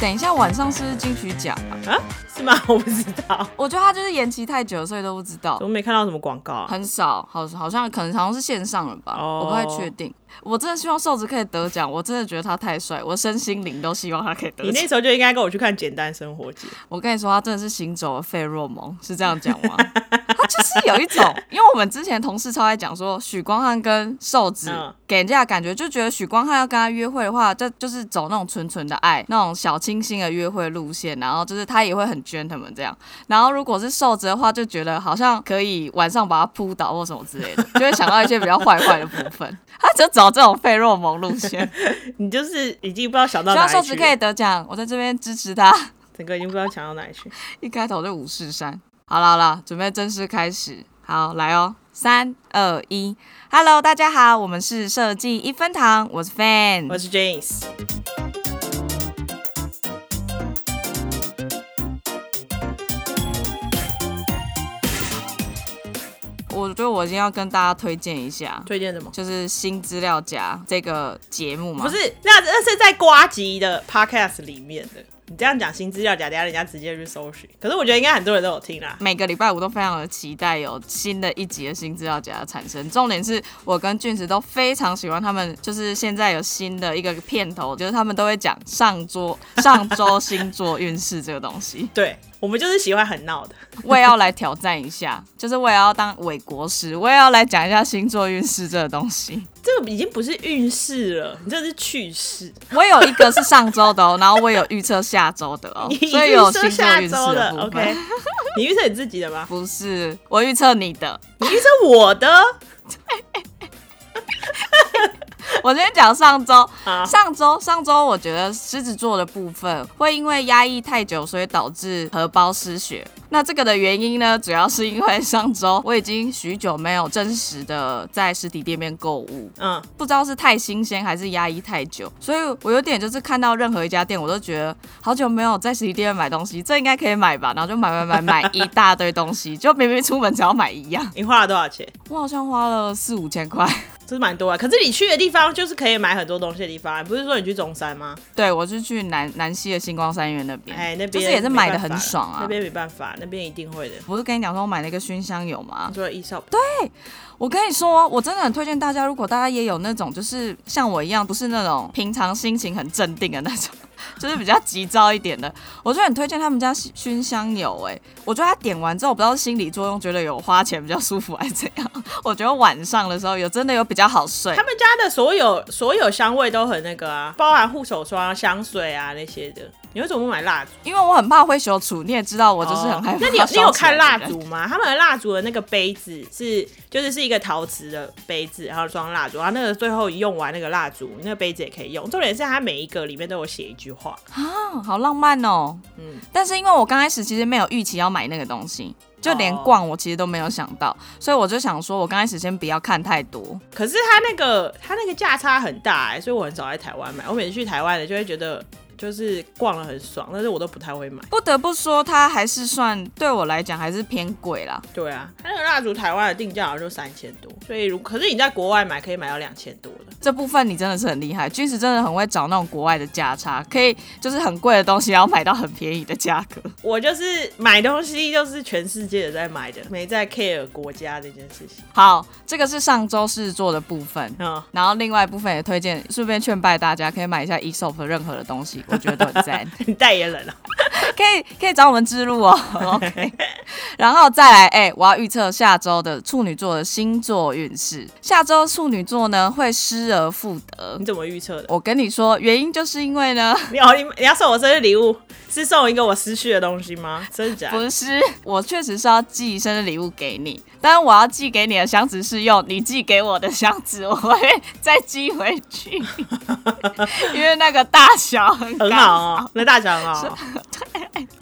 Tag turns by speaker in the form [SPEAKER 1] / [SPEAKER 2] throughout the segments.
[SPEAKER 1] 等一下晚上是不是金曲奖啊？
[SPEAKER 2] 啊？是吗？ 我不知道，
[SPEAKER 1] 我觉得他就是延期太久，所以都不知道
[SPEAKER 2] 我。没看到什么广告啊。
[SPEAKER 1] 很少，好，好像可能好像是线上了吧
[SPEAKER 2] 哦
[SPEAKER 1] 我不太确定。我真的希望瘦子可以得奖，我真的觉得他太帅，我身心灵都希望他可以得
[SPEAKER 2] 你
[SPEAKER 1] 奖。
[SPEAKER 2] 那时候就应该跟我去看《简单生活节》，
[SPEAKER 1] 我跟你说，他真的是行走的费洛蒙，是这样讲吗？ 他就是有一种，因为我们之前同事超爱讲说，许光汉跟瘦子
[SPEAKER 2] 嗯
[SPEAKER 1] 给人家的感觉，就觉得许光汉要跟他约会的话，这就是走那种纯纯的爱，那种小清新的约会路线，然后就是他也会很 gentleman 这样。然后如果是瘦子的话，就觉得好像可以晚上把他扑倒或什么之类的，就会想到一些比较坏坏的部分。他就走这种费洛蒙路 线，
[SPEAKER 2] 你就是已经不知道想到
[SPEAKER 1] 希
[SPEAKER 2] 哪
[SPEAKER 1] 望
[SPEAKER 2] 里去
[SPEAKER 1] 瘦
[SPEAKER 2] 了，
[SPEAKER 1] 子可以得奖，我在这边支持他。
[SPEAKER 2] 整个已经不知道想到哪里去。
[SPEAKER 1] 一开头就五四三。好啦好啦，准备正式开始。好，来哦，三二一，Hello，大家好，我们是设计一分堂，我是 Fan
[SPEAKER 2] 我。是 James，
[SPEAKER 1] 我觉得我今天要跟大家推荐一下，
[SPEAKER 2] 推荐什么？
[SPEAKER 1] 就是新资料夹这个节目嘛。
[SPEAKER 2] 不，是，那那是在瓜吉的 Podcast 里面的。你这样讲新资料夹，等下人家直接去搜寻。可是我觉得应该很多人都有听啦。
[SPEAKER 1] 每个礼拜五都非常的期待有新的一集的新资料夹的产生。重点是我跟俊子都非常喜欢他们，就是现在有新的一个片头，就是他们都会讲上桌上周星座运势这个东西。
[SPEAKER 2] 对我们就是喜欢很闹的。
[SPEAKER 1] 我也要来挑战一下，就是我也要当伪国师，我也要来讲一下星座运势这个东西。
[SPEAKER 2] 这个已经不是运势了，你这是趣事。
[SPEAKER 1] 我有一个是上周的哦，然后我有预测下周的哦
[SPEAKER 2] 你，预
[SPEAKER 1] 所以有
[SPEAKER 2] 测
[SPEAKER 1] 星座
[SPEAKER 2] 下
[SPEAKER 1] 运势
[SPEAKER 2] 周的
[SPEAKER 1] 部分。
[SPEAKER 2] ，OK？你预测你自己的 吗？
[SPEAKER 1] 不是，我预测你的。
[SPEAKER 2] 你预测我的？
[SPEAKER 1] 我先讲上周，
[SPEAKER 2] 好
[SPEAKER 1] 上周上周我觉得狮子座的部分会因为压抑太久，所以导致荷包失血。那这个的原因呢，主要是因为上周我已经许久没有真实的在实体店面购物，
[SPEAKER 2] 嗯，
[SPEAKER 1] 不知道是太新鲜还是压抑太久，所以我有点就是看到任何一家店，我都觉得好久没有在实体店买东西，这应该可以买吧，然后就买买买买一大堆东西，就明明出门只要买一 样，
[SPEAKER 2] 你花了多少钱？
[SPEAKER 1] 我好像花了四五千块。
[SPEAKER 2] 这是蛮多啊。可是你去的地方就是可以买很多东西的地方啊，不是说你去中山吗？
[SPEAKER 1] 对，我是去南南西的星光三院那边，
[SPEAKER 2] 哎，那边
[SPEAKER 1] 就是也是买的很
[SPEAKER 2] 没办法
[SPEAKER 1] 爽啊
[SPEAKER 2] 那。边没办法，那边一定会的。
[SPEAKER 1] 我不是跟你讲说我买了一个熏香油吗
[SPEAKER 2] 你？说易少对，
[SPEAKER 1] 我跟你说，我真的很推荐大家，如果大家也有那种就是像我一样，不是那种平常心情很镇定的那种， 就是比较急躁一点的，我就很推荐他们家熏熏香油、欸。哎，我觉得他点完之后，我不知道是心理作用，觉得有花钱比较舒服还是怎样。 我觉得晚上的时候有真的有比较好睡
[SPEAKER 2] 他。们家的所有所有香味都很那个啊，包含护手霜、香水啊那些的。你为什么不买蜡烛？
[SPEAKER 1] 因为我很怕会修处，你也知道我就是很害怕、
[SPEAKER 2] 哦那你有你有看蜡？烛吗？他们的蜡烛的那个杯子是就是是一个陶瓷的杯子，然后装蜡烛，然后那个最后用完那个蜡烛，那个杯子也可以用。重点是它每一个里面都有写一句话。
[SPEAKER 1] 嗯，好浪漫哦。
[SPEAKER 2] 嗯，
[SPEAKER 1] 但是因为我刚开始其实没有预期要买那个东西，就连
[SPEAKER 2] 哦
[SPEAKER 1] 逛我其实都没有想到，所以我就想说，我刚开始先不要看太多。
[SPEAKER 2] 可是它那个它那个价差很大哎、所以我很少在台湾买。我每次去台湾的就会觉得就是逛了很爽，但是我都不太会买。
[SPEAKER 1] 不得不说，它还是算对我来讲还是偏贵啦。
[SPEAKER 2] 对啊，它那个蜡烛台湾的定价好像就三千多，所以如可是你在国外买可以买到两千多的。
[SPEAKER 1] 这部分你真的是很厉害，君实真的很会找那种国外的价差，可以就是很贵的东西，然后买到很便宜的价格。
[SPEAKER 2] 我就是买东西就是全世界的在买的，没在 care 国家这件事情。
[SPEAKER 1] 好，这个是上周试做的部分。
[SPEAKER 2] 嗯，
[SPEAKER 1] 然后另外一部分也推荐，顺便劝拜大家可以买一下 ESOP 的任何的东西，我觉得都很赞。
[SPEAKER 2] 你 代言人啊，
[SPEAKER 1] 可以可以找我们之路哦。OK，然后再来，哎、我要预测下周的处女座的星座运势。下周处女座呢会失而复得。
[SPEAKER 2] 你怎么预测的？
[SPEAKER 1] 我跟你说，原因就是因为呢，
[SPEAKER 2] 你哦，你你要送我生日礼物，是送一个我失去的东西吗？真的假的？
[SPEAKER 1] 不是我确实是要寄生日礼物给你，但是我要寄给你的箱子是用你寄给我的箱子，我会再寄回去， 因为那个大小很
[SPEAKER 2] 很啊
[SPEAKER 1] 刚 哎
[SPEAKER 2] 好哦，那大奖哦，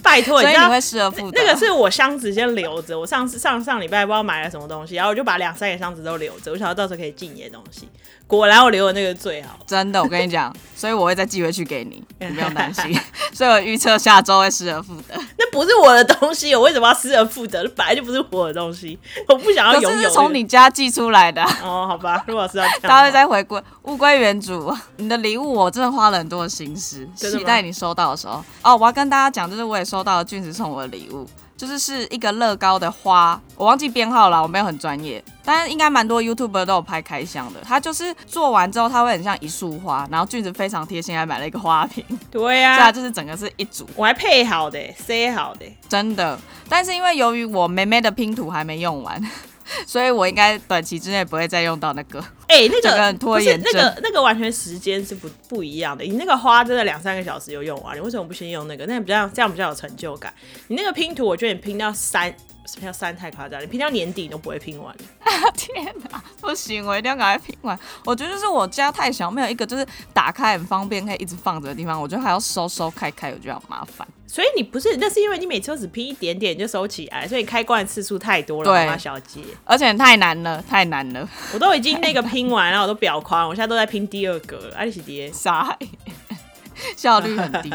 [SPEAKER 2] 拜托，
[SPEAKER 1] 所
[SPEAKER 2] 你
[SPEAKER 1] 以
[SPEAKER 2] 知
[SPEAKER 1] 你
[SPEAKER 2] 道
[SPEAKER 1] 会失而复得。
[SPEAKER 2] 那个是我箱子先留着，我上次上上礼拜不知道买了什么东西，然后我就把两三个箱子都留着，我想要到时候可以进你的东西。果然我留的那个最好，
[SPEAKER 1] 真的，我跟你讲，所以我会再寄回去给你，你不用担心。 所以我预测下周会失而复得，
[SPEAKER 2] 那不是我的东西，哦我为什么要私人负责？那本来就不是我的东西，我不想要
[SPEAKER 1] 可
[SPEAKER 2] 啊拥有、
[SPEAKER 1] 是
[SPEAKER 2] 这
[SPEAKER 1] 是
[SPEAKER 2] 个
[SPEAKER 1] 从你家寄出来的啊，
[SPEAKER 2] 哦，好吧，陆老师要这
[SPEAKER 1] 大家会
[SPEAKER 2] 样的话，
[SPEAKER 1] 再回归物归原主。 你的礼物我真的花了很多的心思，
[SPEAKER 2] 真的吗
[SPEAKER 1] 期待你收到的时候。哦，我要跟大家讲，就是我也收到了俊子送我的礼物，就是是一个乐高的花，我忘记编号了，我没有很专业，但应该蛮多 YouTuber 都有拍开箱的。它就是做完之后，它会很像一束花，然后俊子非常贴心，还买了一个花 瓶，
[SPEAKER 2] 对
[SPEAKER 1] 对啊，
[SPEAKER 2] 呀、
[SPEAKER 1] 就是整个是一组。
[SPEAKER 2] 我还配好的、塞好的、
[SPEAKER 1] 真的。但是因为由于我妹妹的拼图还没用完， 所以我应该短期之内不会再用到那个。
[SPEAKER 2] 哎、那
[SPEAKER 1] 整个
[SPEAKER 2] 个
[SPEAKER 1] 很拖
[SPEAKER 2] 不是
[SPEAKER 1] 延
[SPEAKER 2] 那
[SPEAKER 1] 症
[SPEAKER 2] 个那个完全时间是不不一样的。你那个花真的两三个小时就用完，你为什么不先用那个？那比较这样比较有成就感。你那个拼图，我觉得你拼到三，什么叫三太夸张？你拼到年底你都不会拼完。
[SPEAKER 1] 天哪，不行，我一定要赶快拼完。我觉得就是我家太小，没有一个就是打开很方便可以一直放着的地方，我觉得还要收收开开，我觉得好麻烦。
[SPEAKER 2] 所以你不是，那是因为你每次都只拼一点点就收起来，所以你开罐的次数太多了，
[SPEAKER 1] 对
[SPEAKER 2] 妈妈小姐。
[SPEAKER 1] 而且太难 了，太难了，
[SPEAKER 2] 我都已经那个拼完了，我都表框，我现在都在拼第二个了。阿里喜蝶，
[SPEAKER 1] 傻眼，效率很低。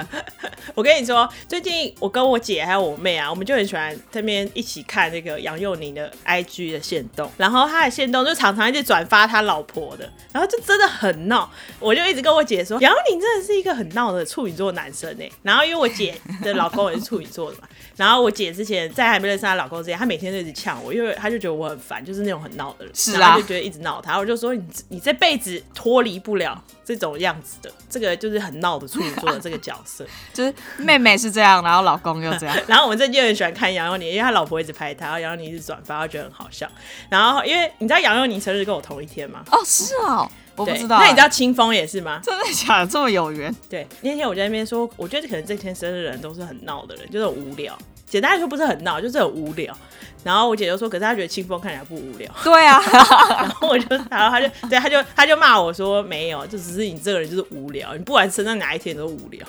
[SPEAKER 2] 我跟你说，最近我跟我姐还有我妹啊，我们就很喜欢这边一起看那个杨佑宁的 IG 的线动，然后他的线动就常常一直转发他老婆的，然后就真的很闹。我就一直跟我姐说，杨佑宁真的是一个很闹的处女座男生哎、然后因为我姐的老公也是处女座的嘛，然后我姐之前在还没认识她老公之前，她每天都一直呛我，因为她就觉得我很烦，就是那种很闹的人，
[SPEAKER 1] 是啊
[SPEAKER 2] 然后她就觉得一直闹她，我就说你你这辈子脱离不了这种样子的，这个就是很闹的处女座的这个角色。
[SPEAKER 1] 就是妹妹是这样，然后老公又这样，
[SPEAKER 2] 然后我们这就很喜欢看杨佑宁，因为他老婆一直拍他，然后杨佑宁一直转发，他觉得很好笑。然后因为你知道杨佑宁生日跟我同一天吗？
[SPEAKER 1] 哦，是哦，我不
[SPEAKER 2] 对，
[SPEAKER 1] 知道、
[SPEAKER 2] 那你知道清风也是吗？
[SPEAKER 1] 真的假 的这么有缘？
[SPEAKER 2] 对，那天我在那边说，我觉得可能这天生日的人都是很闹的人，就是很无聊。简单来说，不是很闹，就是很无聊。然后我姐就说，可是她觉得清风看起来不无 聊。
[SPEAKER 1] 对啊，
[SPEAKER 2] 然后我就，然后她就，对，她就，她就骂我说，没有，就只是你这个人就是无聊，你不管生在哪一天你都无聊。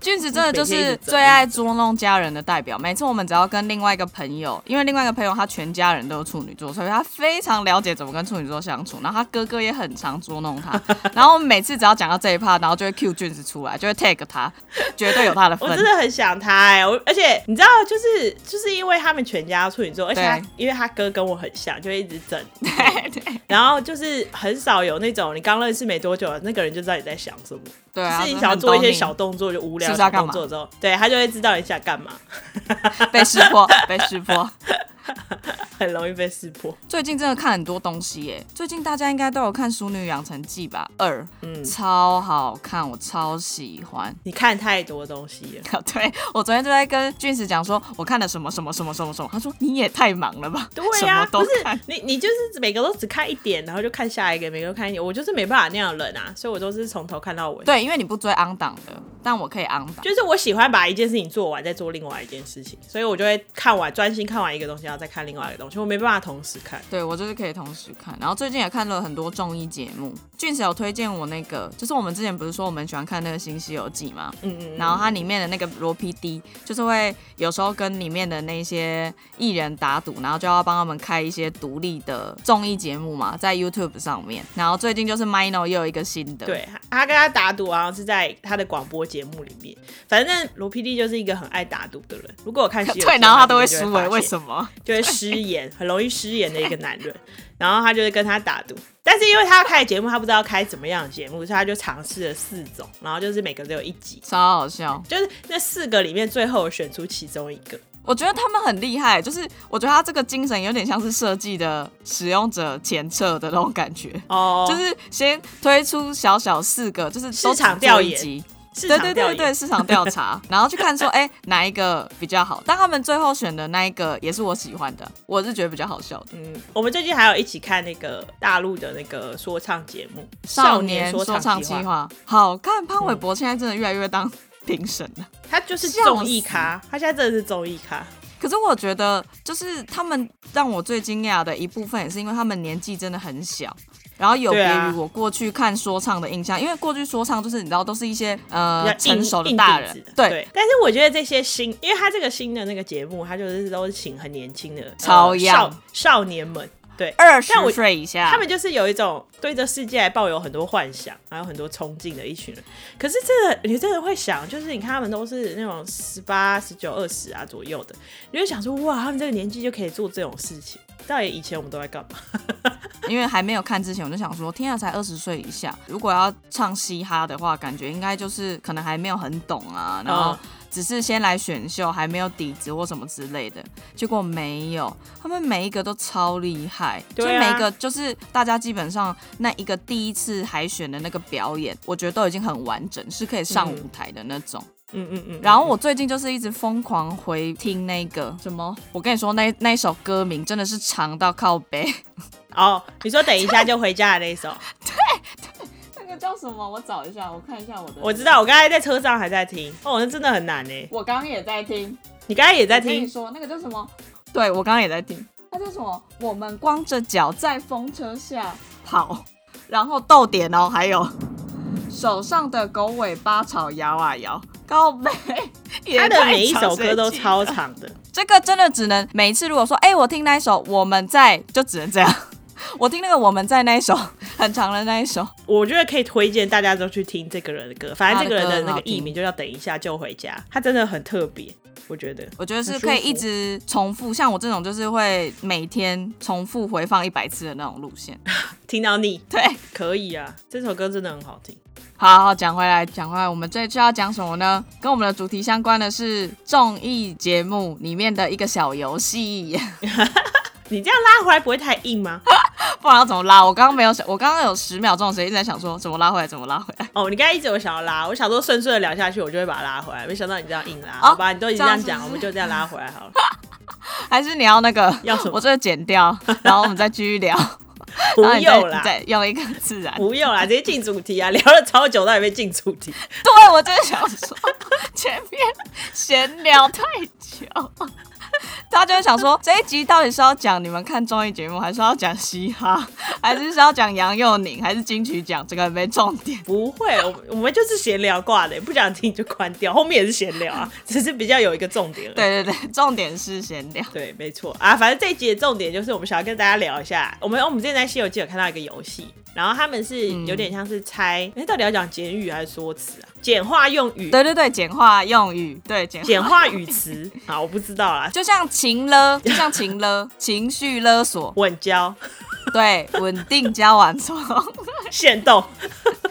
[SPEAKER 1] 君子真的就
[SPEAKER 2] 每天一
[SPEAKER 1] 是
[SPEAKER 2] 直走
[SPEAKER 1] 最爱捉弄家人的代表。每次我们只要跟另外一个朋友，因为另外一个朋友他全家人都是处女座，所以他非常了解怎么跟处女座相处。然后他哥哥也很常捉弄 他。然后我们每次只要讲到这一趴，然后就会 cue 君子出来，就会 tag 他，绝对有他的
[SPEAKER 2] 我
[SPEAKER 1] 份。
[SPEAKER 2] 真的很想他哎、我而且你知道，就是就是因为他们全家处女座，而且他
[SPEAKER 1] 对
[SPEAKER 2] 因为他哥跟我很像，就会一直整，
[SPEAKER 1] 对对
[SPEAKER 2] 然后就是很少有那种你刚认识没多久，那个人就知道你在想什么，
[SPEAKER 1] 对啊！
[SPEAKER 2] 就是你
[SPEAKER 1] 真的
[SPEAKER 2] 想要
[SPEAKER 1] 很
[SPEAKER 2] 做一
[SPEAKER 1] 懂
[SPEAKER 2] 些
[SPEAKER 1] 你
[SPEAKER 2] 小动作就无聊
[SPEAKER 1] 是
[SPEAKER 2] 的
[SPEAKER 1] 不是要
[SPEAKER 2] 小
[SPEAKER 1] 干
[SPEAKER 2] 动
[SPEAKER 1] 嘛
[SPEAKER 2] 作之后，对他就会知道你想干嘛，
[SPEAKER 1] 被识 破，被识破。
[SPEAKER 2] 很容易被识破。
[SPEAKER 1] 最近真的看很多东西耶，最近大家应该都有看《淑女养成记》吧？二，嗯，超好看，我超喜欢。
[SPEAKER 2] 你看太多东西了，
[SPEAKER 1] 对我昨天就在跟俊石讲说，我看了什么什么什么什么什么，他说你也太忙了吧，
[SPEAKER 2] 对
[SPEAKER 1] 什
[SPEAKER 2] 呀、
[SPEAKER 1] 么
[SPEAKER 2] 不
[SPEAKER 1] 都
[SPEAKER 2] 是
[SPEAKER 1] 看。
[SPEAKER 2] 你你就是每个都只看一点，然后就看下一个，每个都看一点，我就是没办法那样的人啊，所以我都是从头看到尾。
[SPEAKER 1] 对，因为你不追昂档的，但我可以昂档。
[SPEAKER 2] 就是我喜欢把一件事情做完，再做另外一件事情，所以我就会看完专心看完一个东西，然后再看另外一个东西，我没办法同时看。
[SPEAKER 1] 对我就是可以同时看，然后最近也看了很多综艺节目。俊石有推荐我那个，就是我们之前不是说我们喜欢看那个《新西游记》吗？
[SPEAKER 2] 嗯嗯，
[SPEAKER 1] 然后它里面的那个罗 PD 就是会有时候跟里面的那些艺人打赌，然后就要帮他们开一些独立的综艺节目嘛，在 YouTube 上面。然后最近就是 Mino 又有一个新的，
[SPEAKER 2] 对，他跟他打赌好像是在他的广播节目里面，反正罗 PD 就是一个很爱打赌的人。如果 我 看西游记
[SPEAKER 1] 对，然后他都会输
[SPEAKER 2] 就
[SPEAKER 1] 哎、
[SPEAKER 2] 发
[SPEAKER 1] 为
[SPEAKER 2] 现
[SPEAKER 1] 什么？
[SPEAKER 2] 就会失言，很容易失言的一个男人。然后他就会跟他打赌，但是因为他要开节目，他不知道开怎么样的节目，所以他就尝试了四种，然后就是每个都有一集，
[SPEAKER 1] 超好笑！
[SPEAKER 2] 就是那四个里面最后我选出其中一个。
[SPEAKER 1] 我觉得他们很厉害，就是我觉得他这个精神有点像是设计的使用者前测的那种感觉，
[SPEAKER 2] 哦，
[SPEAKER 1] 就是先推出小小四个，就是都
[SPEAKER 2] 市场
[SPEAKER 1] 只做一
[SPEAKER 2] 调研
[SPEAKER 1] 集
[SPEAKER 2] 市
[SPEAKER 1] 对
[SPEAKER 2] 场
[SPEAKER 1] 对
[SPEAKER 2] 调
[SPEAKER 1] 对
[SPEAKER 2] 研
[SPEAKER 1] 对，市场调查，然后去看说，哎、哪一个比较好？但他们最后选的那一个也是我喜欢的，我是觉得比较好笑的。
[SPEAKER 2] 嗯，我们最近还有一起看那个大陆的那个说唱节目《年说
[SPEAKER 1] 说唱
[SPEAKER 2] 唱
[SPEAKER 1] 计
[SPEAKER 2] 划》，
[SPEAKER 1] 划，好看。潘玮柏现在真的越来越当评审了。
[SPEAKER 2] 他就是
[SPEAKER 1] 笑
[SPEAKER 2] 综艺咖，他现在真的是综艺咖。
[SPEAKER 1] 可是我觉得，就是他们让我最惊讶的一部分，也是因为他们年纪真的很小，然后有别
[SPEAKER 2] 对啊
[SPEAKER 1] 于我过去看说唱的印象，因为过去说唱就是你知道都是一些呃
[SPEAKER 2] 比较硬
[SPEAKER 1] 成熟的大人
[SPEAKER 2] 硬底子，
[SPEAKER 1] 对，
[SPEAKER 2] 但是我觉得这些新，因为他这个新的那个节目，他就是都是请很年轻的呃
[SPEAKER 1] 超 young
[SPEAKER 2] 少少年们，对。
[SPEAKER 1] 二十
[SPEAKER 2] 但我
[SPEAKER 1] 岁以下，
[SPEAKER 2] 他们就是有一种对这世界抱有很多幻想，还有很多憧憬的一群人。可是这个你真的会想，就是你看他们都是那种十八、十九、二十啊左右的，你就想说哇，他们这个年纪就可以做这种事情。到底以前我们都在干嘛？
[SPEAKER 1] 因为还没有看之前，我就想说，天啊，才二十岁以下，如果要唱嘻哈的话，感觉应该就是可能还没有很懂啊，然后
[SPEAKER 2] 嗯
[SPEAKER 1] 只是先来选秀，还没有底子或什么之类的。结果没有，他们每一个都超厉害，就
[SPEAKER 2] 对啊
[SPEAKER 1] 每一个就是大家基本上那一个第一次海选的那个表演，我觉得都已经很完整，是可以上舞台的那种。
[SPEAKER 2] 嗯嗯嗯。
[SPEAKER 1] 然后我最近就是一直疯狂回听那个什么，我跟你说那那一首歌名真的是长到靠背。
[SPEAKER 2] 哦，你说等一下就回家的那一首，
[SPEAKER 1] 那个叫什么？我找一下，我看一下我的。
[SPEAKER 2] 我知，道，我刚才在车上还在听。哦，那真的很难呢。
[SPEAKER 1] 我刚刚也在听，
[SPEAKER 2] 你刚才也在
[SPEAKER 1] 我跟你
[SPEAKER 2] 听，
[SPEAKER 1] 说那个叫什么？对，我刚刚也在听。它叫什么？我们光着脚在风车下跑， 然后逗点哦，还有手上的狗尾巴草摇啊摇，高美。也
[SPEAKER 2] 他的
[SPEAKER 1] 太
[SPEAKER 2] 每一
[SPEAKER 1] 长
[SPEAKER 2] 首歌都
[SPEAKER 1] 谁记得
[SPEAKER 2] 超长的。
[SPEAKER 1] 这个真的只能每一次如果说，哎、我听那一首，我们在就只能这样。 我听那个我们在那一首很长的那一首，
[SPEAKER 2] 我觉得可以推荐大家都去听这个人的歌，反正这个人
[SPEAKER 1] 他
[SPEAKER 2] 的那
[SPEAKER 1] 的歌很好
[SPEAKER 2] 个
[SPEAKER 1] 听
[SPEAKER 2] 艺名就叫“等一下就回家”，他真的很特别，我觉得。
[SPEAKER 1] 我觉得是
[SPEAKER 2] 很舒
[SPEAKER 1] 可以
[SPEAKER 2] 服
[SPEAKER 1] 一直重复，像我这种就是会每天重复回放一百次的那种路线。
[SPEAKER 2] 听到你
[SPEAKER 1] 对，
[SPEAKER 2] 可以啊，这首歌真的很好听。
[SPEAKER 1] 好好讲回来，讲回来，我们这一次要讲什么呢？跟我们的主题相关的是综艺节目里面的一个小游戏，
[SPEAKER 2] 你这样拉回来不会太硬吗？
[SPEAKER 1] 不然要怎么拉？我刚刚没有想，我刚刚有十秒钟的时间一直在想说怎么拉回来，怎么拉回来。
[SPEAKER 2] 哦，你刚才一直有想要拉，我想说顺顺的聊下去，我就会把它拉回来，没想到你这样硬拉，啊
[SPEAKER 1] 哦
[SPEAKER 2] 好吧？你都已经这样
[SPEAKER 1] 这样
[SPEAKER 2] 讲，
[SPEAKER 1] 是
[SPEAKER 2] 我
[SPEAKER 1] 不
[SPEAKER 2] 们就这样拉回来好了。
[SPEAKER 1] 还是你要那个？
[SPEAKER 2] 要什么
[SPEAKER 1] 我这个剪掉，然后我们再继续聊。
[SPEAKER 2] 不
[SPEAKER 1] 然后 你再
[SPEAKER 2] 用啦
[SPEAKER 1] 你，再用一个自然。
[SPEAKER 2] 不用啦，直接进主题啊！聊了超久，到底没进主题？
[SPEAKER 1] 对，我真的想说，前面闲聊太久，他就会想说这一集到底是要讲你们看综艺节目，还是要讲嘻哈，还是是要讲杨佑宁，还是金曲奖？这个没重点。
[SPEAKER 2] 不会，我们我们就是闲聊挂的，不想听就关掉。后面也是闲聊啊，只是比较有一个重点而已。
[SPEAKER 1] 对对对，重点是闲聊。
[SPEAKER 2] 对，没错啊，反正这一集的重点就是我们想要跟大家聊一下，我们我们之前在《西游记》有看到一个游戏，然后他们是
[SPEAKER 1] 嗯
[SPEAKER 2] 有点像是猜，哎、到底要讲简语还是说词啊？简化用语，
[SPEAKER 1] 对对对，简化用语，对简化
[SPEAKER 2] 简化语词啊，我不知道啦，
[SPEAKER 1] 就像情勒，就像情勒，情绪勒索，
[SPEAKER 2] 稳交、
[SPEAKER 1] 对，稳定交往中，
[SPEAKER 2] 限动，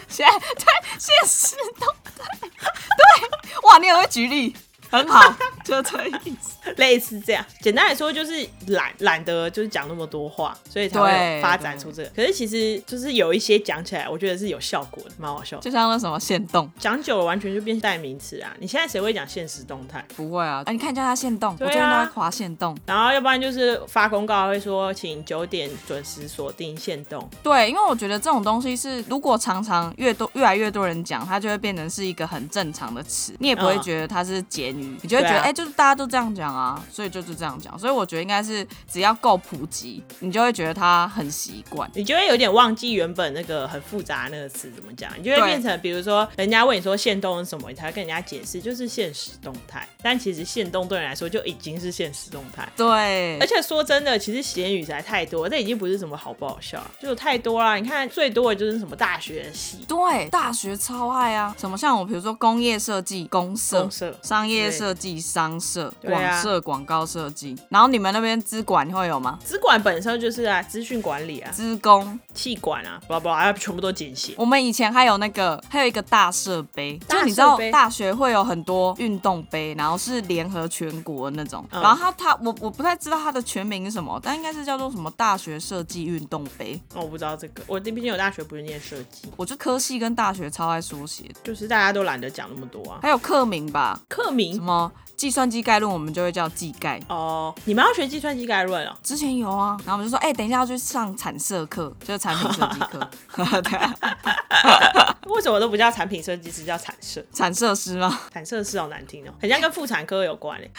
[SPEAKER 1] 现在对现实都对对，哇，你很会举例，很好，就这意思。
[SPEAKER 2] 类似这样。简单来说就是懒懒得就是讲那么多话，所以才会
[SPEAKER 1] 对
[SPEAKER 2] 发展出这个。可是其实就是有一些讲起来，我觉得是有效果的，蛮好笑的。
[SPEAKER 1] 就像那什么限动，
[SPEAKER 2] 讲久了完全就变代名词啊！你现在谁会讲现实动态？
[SPEAKER 1] 不会啊，啊你看一下他限动，
[SPEAKER 2] 对啊
[SPEAKER 1] 我最近都在滑限动。
[SPEAKER 2] 然后要不然就是发公告会说，请九点准时锁定限动。
[SPEAKER 1] 对，因为我觉得这种东西是，如果常常越多越来越多人讲，它就会变成是一个很正常的词，你也不会
[SPEAKER 2] 嗯
[SPEAKER 1] 觉得它是简语，你就会觉得
[SPEAKER 2] 对
[SPEAKER 1] 哎、诶
[SPEAKER 2] 啊
[SPEAKER 1] 就是大家都这样讲啊，所以就是这样讲。所以我觉得应该是只要够普及，你就会觉得它很习惯。
[SPEAKER 2] 你就会有点忘记原本那个很复杂的那个词怎么讲，你就会
[SPEAKER 1] 对
[SPEAKER 2] 变成比如说人家问你说限动是什么，你才会跟人家解释就是现实动态，但其实限动对你来说就已经是现实动态。
[SPEAKER 1] 对
[SPEAKER 2] 而，且说真的，其实闲语实在太多，这已经不是什么好不好笑，就有太多啦。你看最多的就是什么大学系、
[SPEAKER 1] 对，大学超爱啊，什么像我比如说工业设计、公社、
[SPEAKER 2] 公社
[SPEAKER 1] 商业设计、商社、
[SPEAKER 2] 对啊
[SPEAKER 1] 广设、广告设计，然后你们那边资管会有吗？
[SPEAKER 2] 资管本身就是啊，资讯管理啊、
[SPEAKER 1] 资工，
[SPEAKER 2] 气管啊，blah blah，不不，啊，全部都简写。
[SPEAKER 1] 我们以前还有那个，还有一个大社杯，就
[SPEAKER 2] 大社杯
[SPEAKER 1] 你知道大学会有很多运动杯，然后是联合全国的那种。
[SPEAKER 2] 嗯
[SPEAKER 1] 然后它它我我不太知道它的全名是什么，但应该是叫做什么大学设计运动杯。
[SPEAKER 2] 哦，我不知道这个，我毕竟有大学不是念设计，
[SPEAKER 1] 我就科系跟大学超爱缩写的，
[SPEAKER 2] 就是大家都懒得讲那么多啊。
[SPEAKER 1] 还有课名吧，
[SPEAKER 2] 课
[SPEAKER 1] 什
[SPEAKER 2] 名
[SPEAKER 1] 么计算机概论，我们就会叫计概。
[SPEAKER 2] 哦，你们要学计算机概论哦。
[SPEAKER 1] 之前有啊，然后我们就说，哎、等一下要去上产社课，就是产品设计课， 对啊，
[SPEAKER 2] 为什么都不叫产品设计师，叫产设？
[SPEAKER 1] 产设师吗？
[SPEAKER 2] 产设是好难听哦，很像跟妇产科有关嘞。欸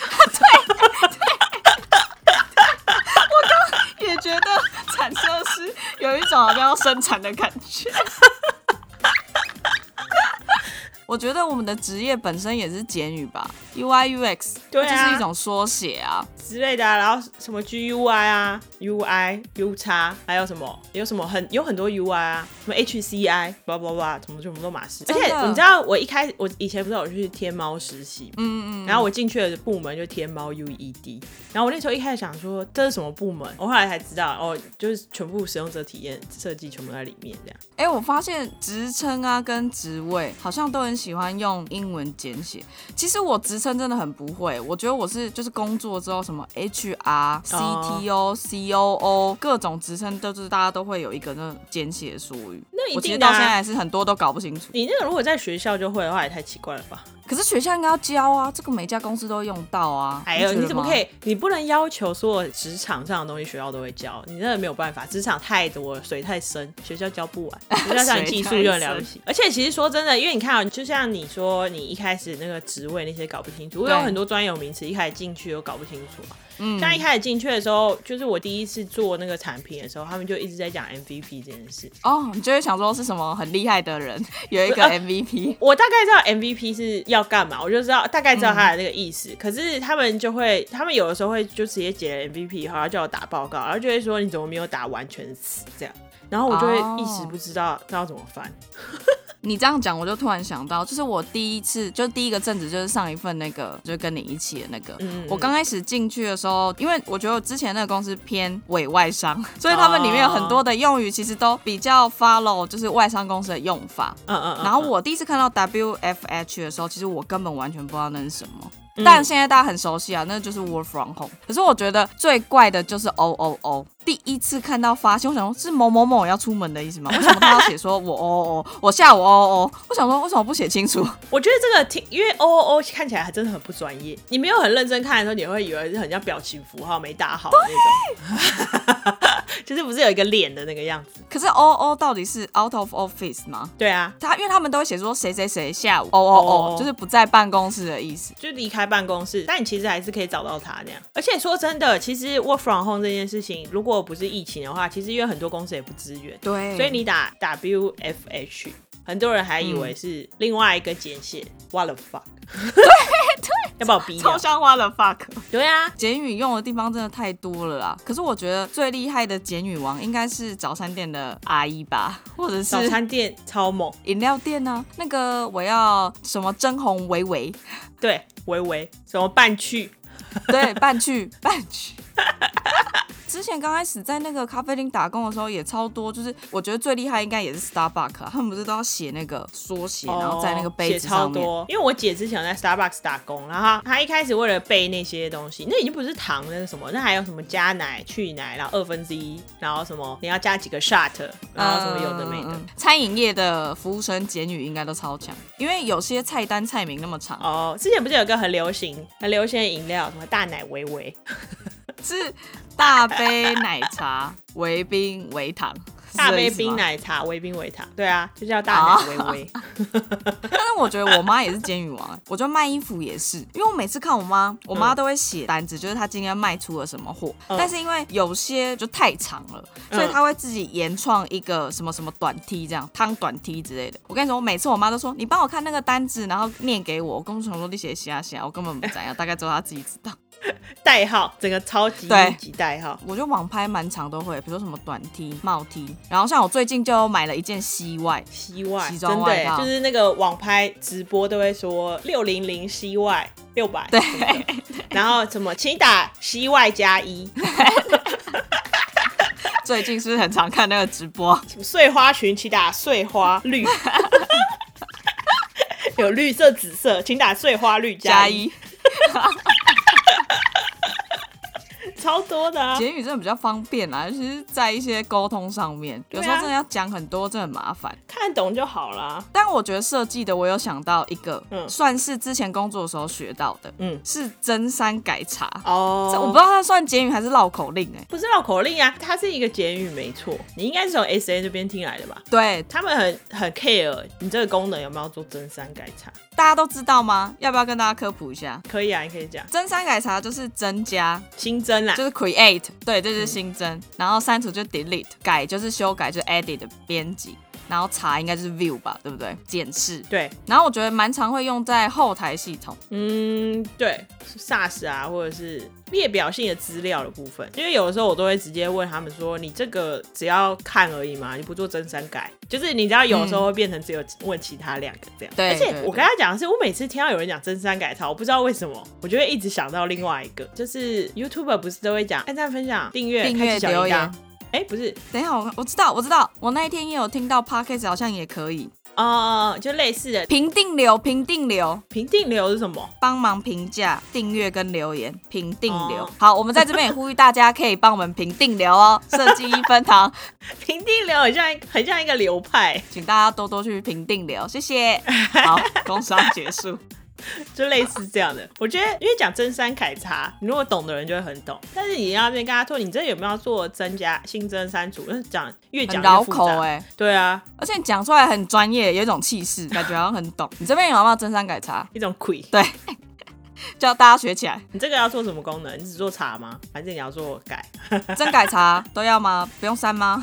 [SPEAKER 1] 也觉得产设师有一种种好像要生产的感觉。 我觉得我们的职业本身也是简语吧，UI UX，
[SPEAKER 2] 对啊
[SPEAKER 1] 就是一种缩写啊。
[SPEAKER 2] 之类的、啊，然后什么 GUI 啊、UI、U 叉，还有什么有什么很有很多 UI 啊，什么 HCI，叭叭叭，什么全部都马氏。而
[SPEAKER 1] 真的
[SPEAKER 2] 且你知道我一开我以前不是有去天猫实习，嗯嗯，然后我进去的部门就天猫 UED，然后我那时候一开始想说这是什么部门，我后来才知道哦，就是全部使用者体验设计全部在里面这样。
[SPEAKER 1] 哎、我发现职称啊跟职位好像都很喜欢用英文简写。其实我职称真的很不会，我觉得我是就是工作之后什么
[SPEAKER 2] 哦
[SPEAKER 1] HR、CTO、COO 各种职称都就是大家都会有一个那种简写术语。
[SPEAKER 2] 那一
[SPEAKER 1] 我其实
[SPEAKER 2] 定的
[SPEAKER 1] 到
[SPEAKER 2] 啊
[SPEAKER 1] 现在还是很多都搞不清楚。
[SPEAKER 2] 你那个如果在学校就会的话，也太奇怪了吧？
[SPEAKER 1] 可是学校应该要教啊，这个每家公司都会用到啊。
[SPEAKER 2] 哎呦，
[SPEAKER 1] 觉得
[SPEAKER 2] 你怎么
[SPEAKER 1] 吗
[SPEAKER 2] 可？以？你不能要求所有职场上的东西学校都会教，你真的没有办法。职场太多了，水太深，学校教 不完。学校像你技术又了不起。而且其实说真的，因为你看、啊，就像你说，你一开始那个职位那些搞不清楚，我有
[SPEAKER 1] 对
[SPEAKER 2] 很多专有名词一开始进去都搞不清楚嘛。嗯，像一开始进去的时候，就是我第一次做那个产品的时候，他们就一直在讲 MVP 这件事。
[SPEAKER 1] 哦，你就会想说是什么很厉害的人有一 个 MVP，
[SPEAKER 2] 我大概知道 MVP 是要干嘛，我就知道大概知道他的那个意思。可是他们就会，他们有的时候会就直接解了 MVP 以后，然后叫我打报告，然后就会说你怎么没有打完全词这样。然后我就会
[SPEAKER 1] 哦
[SPEAKER 2] 一时不知道、知道怎么翻。
[SPEAKER 1] 你这样讲我就突然想到，就是我第一次就第一个正职就是上一份那个就跟你一起的那个，
[SPEAKER 2] 嗯
[SPEAKER 1] 我刚开始进去的时候，因为我觉得我之前那个公司偏委外商，所
[SPEAKER 2] 哦
[SPEAKER 1] 以他们里面有很多的用语其实都比较 follow 就是外商公司的用法。
[SPEAKER 2] 嗯嗯嗯。
[SPEAKER 1] 然后我第一次看到 WFH 的时候，其实我根本完全不知道那是什么。但现在大家很熟悉啊，那就是 work from home。可是我觉得最怪的就是 O O O。第一次看到发现，我想说是某某某要出门的意思吗？为什么他要写说我 O O，我下午 O O？我想说为什么不写清楚？
[SPEAKER 2] 我觉得这个挺，因为 O O O 看起来还真的很不专业。你没有很认真看的时候，你会以为是很像表情符号没打好的那种， 就是不是有一个脸的那个样子？
[SPEAKER 1] 可是 O O 到底是 out of office 吗？
[SPEAKER 2] 对啊，
[SPEAKER 1] 他因为他们都会写说谁谁谁下午 O O O，
[SPEAKER 2] 哦
[SPEAKER 1] 就是不在办公室的意思。
[SPEAKER 2] 就离开办公室，但你其实还是可以找到他那样。而且说真的，其实 work from home 这件事情，如果不是疫情的话，其实因为很多公司也不支援，
[SPEAKER 1] 对，
[SPEAKER 2] 所以你打 WFH，很多人还以为是另外一个简写。What the fuck？要 把我逼
[SPEAKER 1] 嗯超
[SPEAKER 2] 掉？
[SPEAKER 1] 像花了 fuck。
[SPEAKER 2] 对啊，
[SPEAKER 1] 简语用的地方真的太多了啦。可是我觉得最厉害的简语王应该是早餐店的阿姨吧，或者
[SPEAKER 2] 早
[SPEAKER 1] 是
[SPEAKER 2] 餐店超猛，
[SPEAKER 1] 饮料店呢、那个我要什么真红维维，
[SPEAKER 2] 对，微微什么半去，
[SPEAKER 1] 对，半去半去。 之前刚开始在那个咖啡厅打工的时候也超多，就是我觉得最厉害应该也是 Starbucks，、啊、他们不是都要写那个缩写，然后在那个杯
[SPEAKER 2] 哦
[SPEAKER 1] 子
[SPEAKER 2] 写超
[SPEAKER 1] 上面。
[SPEAKER 2] 多，因为我姐之前有在 Starbucks 打工，然后她一开始为了背那些东西，那已经不是糖那是什么，那还有什么加奶、去奶，然后二分之一，然后什么你要加几个 shot，然后什么有的没
[SPEAKER 1] 嗯
[SPEAKER 2] 的。
[SPEAKER 1] 嗯嗯餐饮业的服务生简语应该都超强，因为有些菜单菜名那么长，
[SPEAKER 2] 哦，之前不是有一个很流行、很流行的饮料，什么大奶维维、
[SPEAKER 1] 是大杯奶茶、维冰、维糖、是
[SPEAKER 2] 大
[SPEAKER 1] 这
[SPEAKER 2] 杯
[SPEAKER 1] 意思吗
[SPEAKER 2] 冰。啊奶茶、维冰维塔，对啊，就叫大奶维维。
[SPEAKER 1] 但是我觉得我妈也是监狱王， 我觉得卖衣服也是，因为我每次看我妈，我妈都会写单子，就是她今天卖出了什么货。
[SPEAKER 2] 嗯
[SPEAKER 1] 但是因为有些就太长了，所以她会自己原创一个什么什么短 T 这样汤短 T 之类的。我跟你说，我每次我妈都说你帮我看那个单子，然后念给我。我跟我想说你写瞎写，我根本不怎样，大概只有她自己知道。
[SPEAKER 2] 代号，整个超级
[SPEAKER 1] 对
[SPEAKER 2] 一级代号。
[SPEAKER 1] 我觉得网拍蛮长都会，比如说什么短 T、帽 T，然后像我最近就买了一件西外，
[SPEAKER 2] 西外
[SPEAKER 1] 西
[SPEAKER 2] 真
[SPEAKER 1] 装
[SPEAKER 2] 的
[SPEAKER 1] 外
[SPEAKER 2] 耶
[SPEAKER 1] 套
[SPEAKER 2] 就是那个网拍直播都会说六零零西外六百，
[SPEAKER 1] 对
[SPEAKER 2] 什么的，然后什么请打西外加一，
[SPEAKER 1] 最近是不是很常看那个直播？
[SPEAKER 2] 什么碎花裙请打碎花绿， 有绿色、紫色，请打碎花绿
[SPEAKER 1] 加
[SPEAKER 2] 一，
[SPEAKER 1] 一，
[SPEAKER 2] 超多的啊！
[SPEAKER 1] 简语真的比较方便啦，其实在一些沟通上面，
[SPEAKER 2] 对
[SPEAKER 1] 有
[SPEAKER 2] 啊
[SPEAKER 1] 时候真的要讲很多，真的很麻烦。
[SPEAKER 2] 看懂就好啦。
[SPEAKER 1] 但我觉得设计的，我有想到一个，
[SPEAKER 2] 嗯
[SPEAKER 1] 算是之前工作的时候学到的，
[SPEAKER 2] 嗯
[SPEAKER 1] 是真三改茶。
[SPEAKER 2] 哦
[SPEAKER 1] 这我不知道它算简语还是绕口令哎、
[SPEAKER 2] 不是绕口令啊，它是一个简语没错，你应该是从 S N 这边听来的吧？
[SPEAKER 1] 对，
[SPEAKER 2] 他们很很 care 你这个功能有没有做真三改茶？
[SPEAKER 1] 大家都知道吗？要不要跟大家科普一下？
[SPEAKER 2] 可以啊，你可以讲
[SPEAKER 1] 真三改茶就是增加
[SPEAKER 2] 新增啦、啊
[SPEAKER 1] 就是 create，对，这是新增，然后删除就 delete，改就是修改，就是 edit 的编辑，然后查应该就是 view 吧，对不对？检视。
[SPEAKER 2] 对，
[SPEAKER 1] 然后我觉得蛮常会用在后台系统，
[SPEAKER 2] 嗯，对是，SaaS 啊，或者是列表性的资料的部分，因为有的时候我都会直接问他们说，你这个只要看而已嘛，你不做真删改，就是你知道有的时候会变成只有问其他两个这样。
[SPEAKER 1] 嗯对
[SPEAKER 2] 而且
[SPEAKER 1] 对
[SPEAKER 2] 我跟他讲的是，我每次听到有人讲真删改槽，我不知道为什么，我就会一直想到另外一个，就是 YouTuber 不是都会讲按赞、分享、订阅、
[SPEAKER 1] 订
[SPEAKER 2] 开
[SPEAKER 1] 阅
[SPEAKER 2] 启小
[SPEAKER 1] 留
[SPEAKER 2] 铃铛
[SPEAKER 1] 言。
[SPEAKER 2] 哎、不是，
[SPEAKER 1] 等一下，我我知道，我知道，我那一天也有听到 podcast 好像也可以
[SPEAKER 2] 哦，就类似的
[SPEAKER 1] 评定流，评定流，
[SPEAKER 2] 评定流是什么？
[SPEAKER 1] 帮忙评价、订阅跟留言，评定流。
[SPEAKER 2] 哦
[SPEAKER 1] 好，我们在这边也呼吁大家可以帮我们评定流哦，设计一分堂，
[SPEAKER 2] 评定流很像一很像一个流派，
[SPEAKER 1] 请大家多多去评定流，谢谢。好，工商结束。
[SPEAKER 2] 就类似这样的。我觉得，因为讲真山凯茶，你如果懂的人就会很懂，但是你要那边跟他说，你这有没有要做增加新增删除，那讲 越
[SPEAKER 1] 很
[SPEAKER 2] 讲越
[SPEAKER 1] 绕
[SPEAKER 2] 复
[SPEAKER 1] 口
[SPEAKER 2] 杂
[SPEAKER 1] 哎、
[SPEAKER 2] 对啊，
[SPEAKER 1] 而且你讲出来很专业，有一种气势，感觉好像很懂。你这边有没有真三改 茶？
[SPEAKER 2] 一种鬼。
[SPEAKER 1] 对，叫大家学起来。
[SPEAKER 2] 你这个要做什么功能？你只做茶吗？还是你要做改？
[SPEAKER 1] 真改茶都要 吗？不用删吗？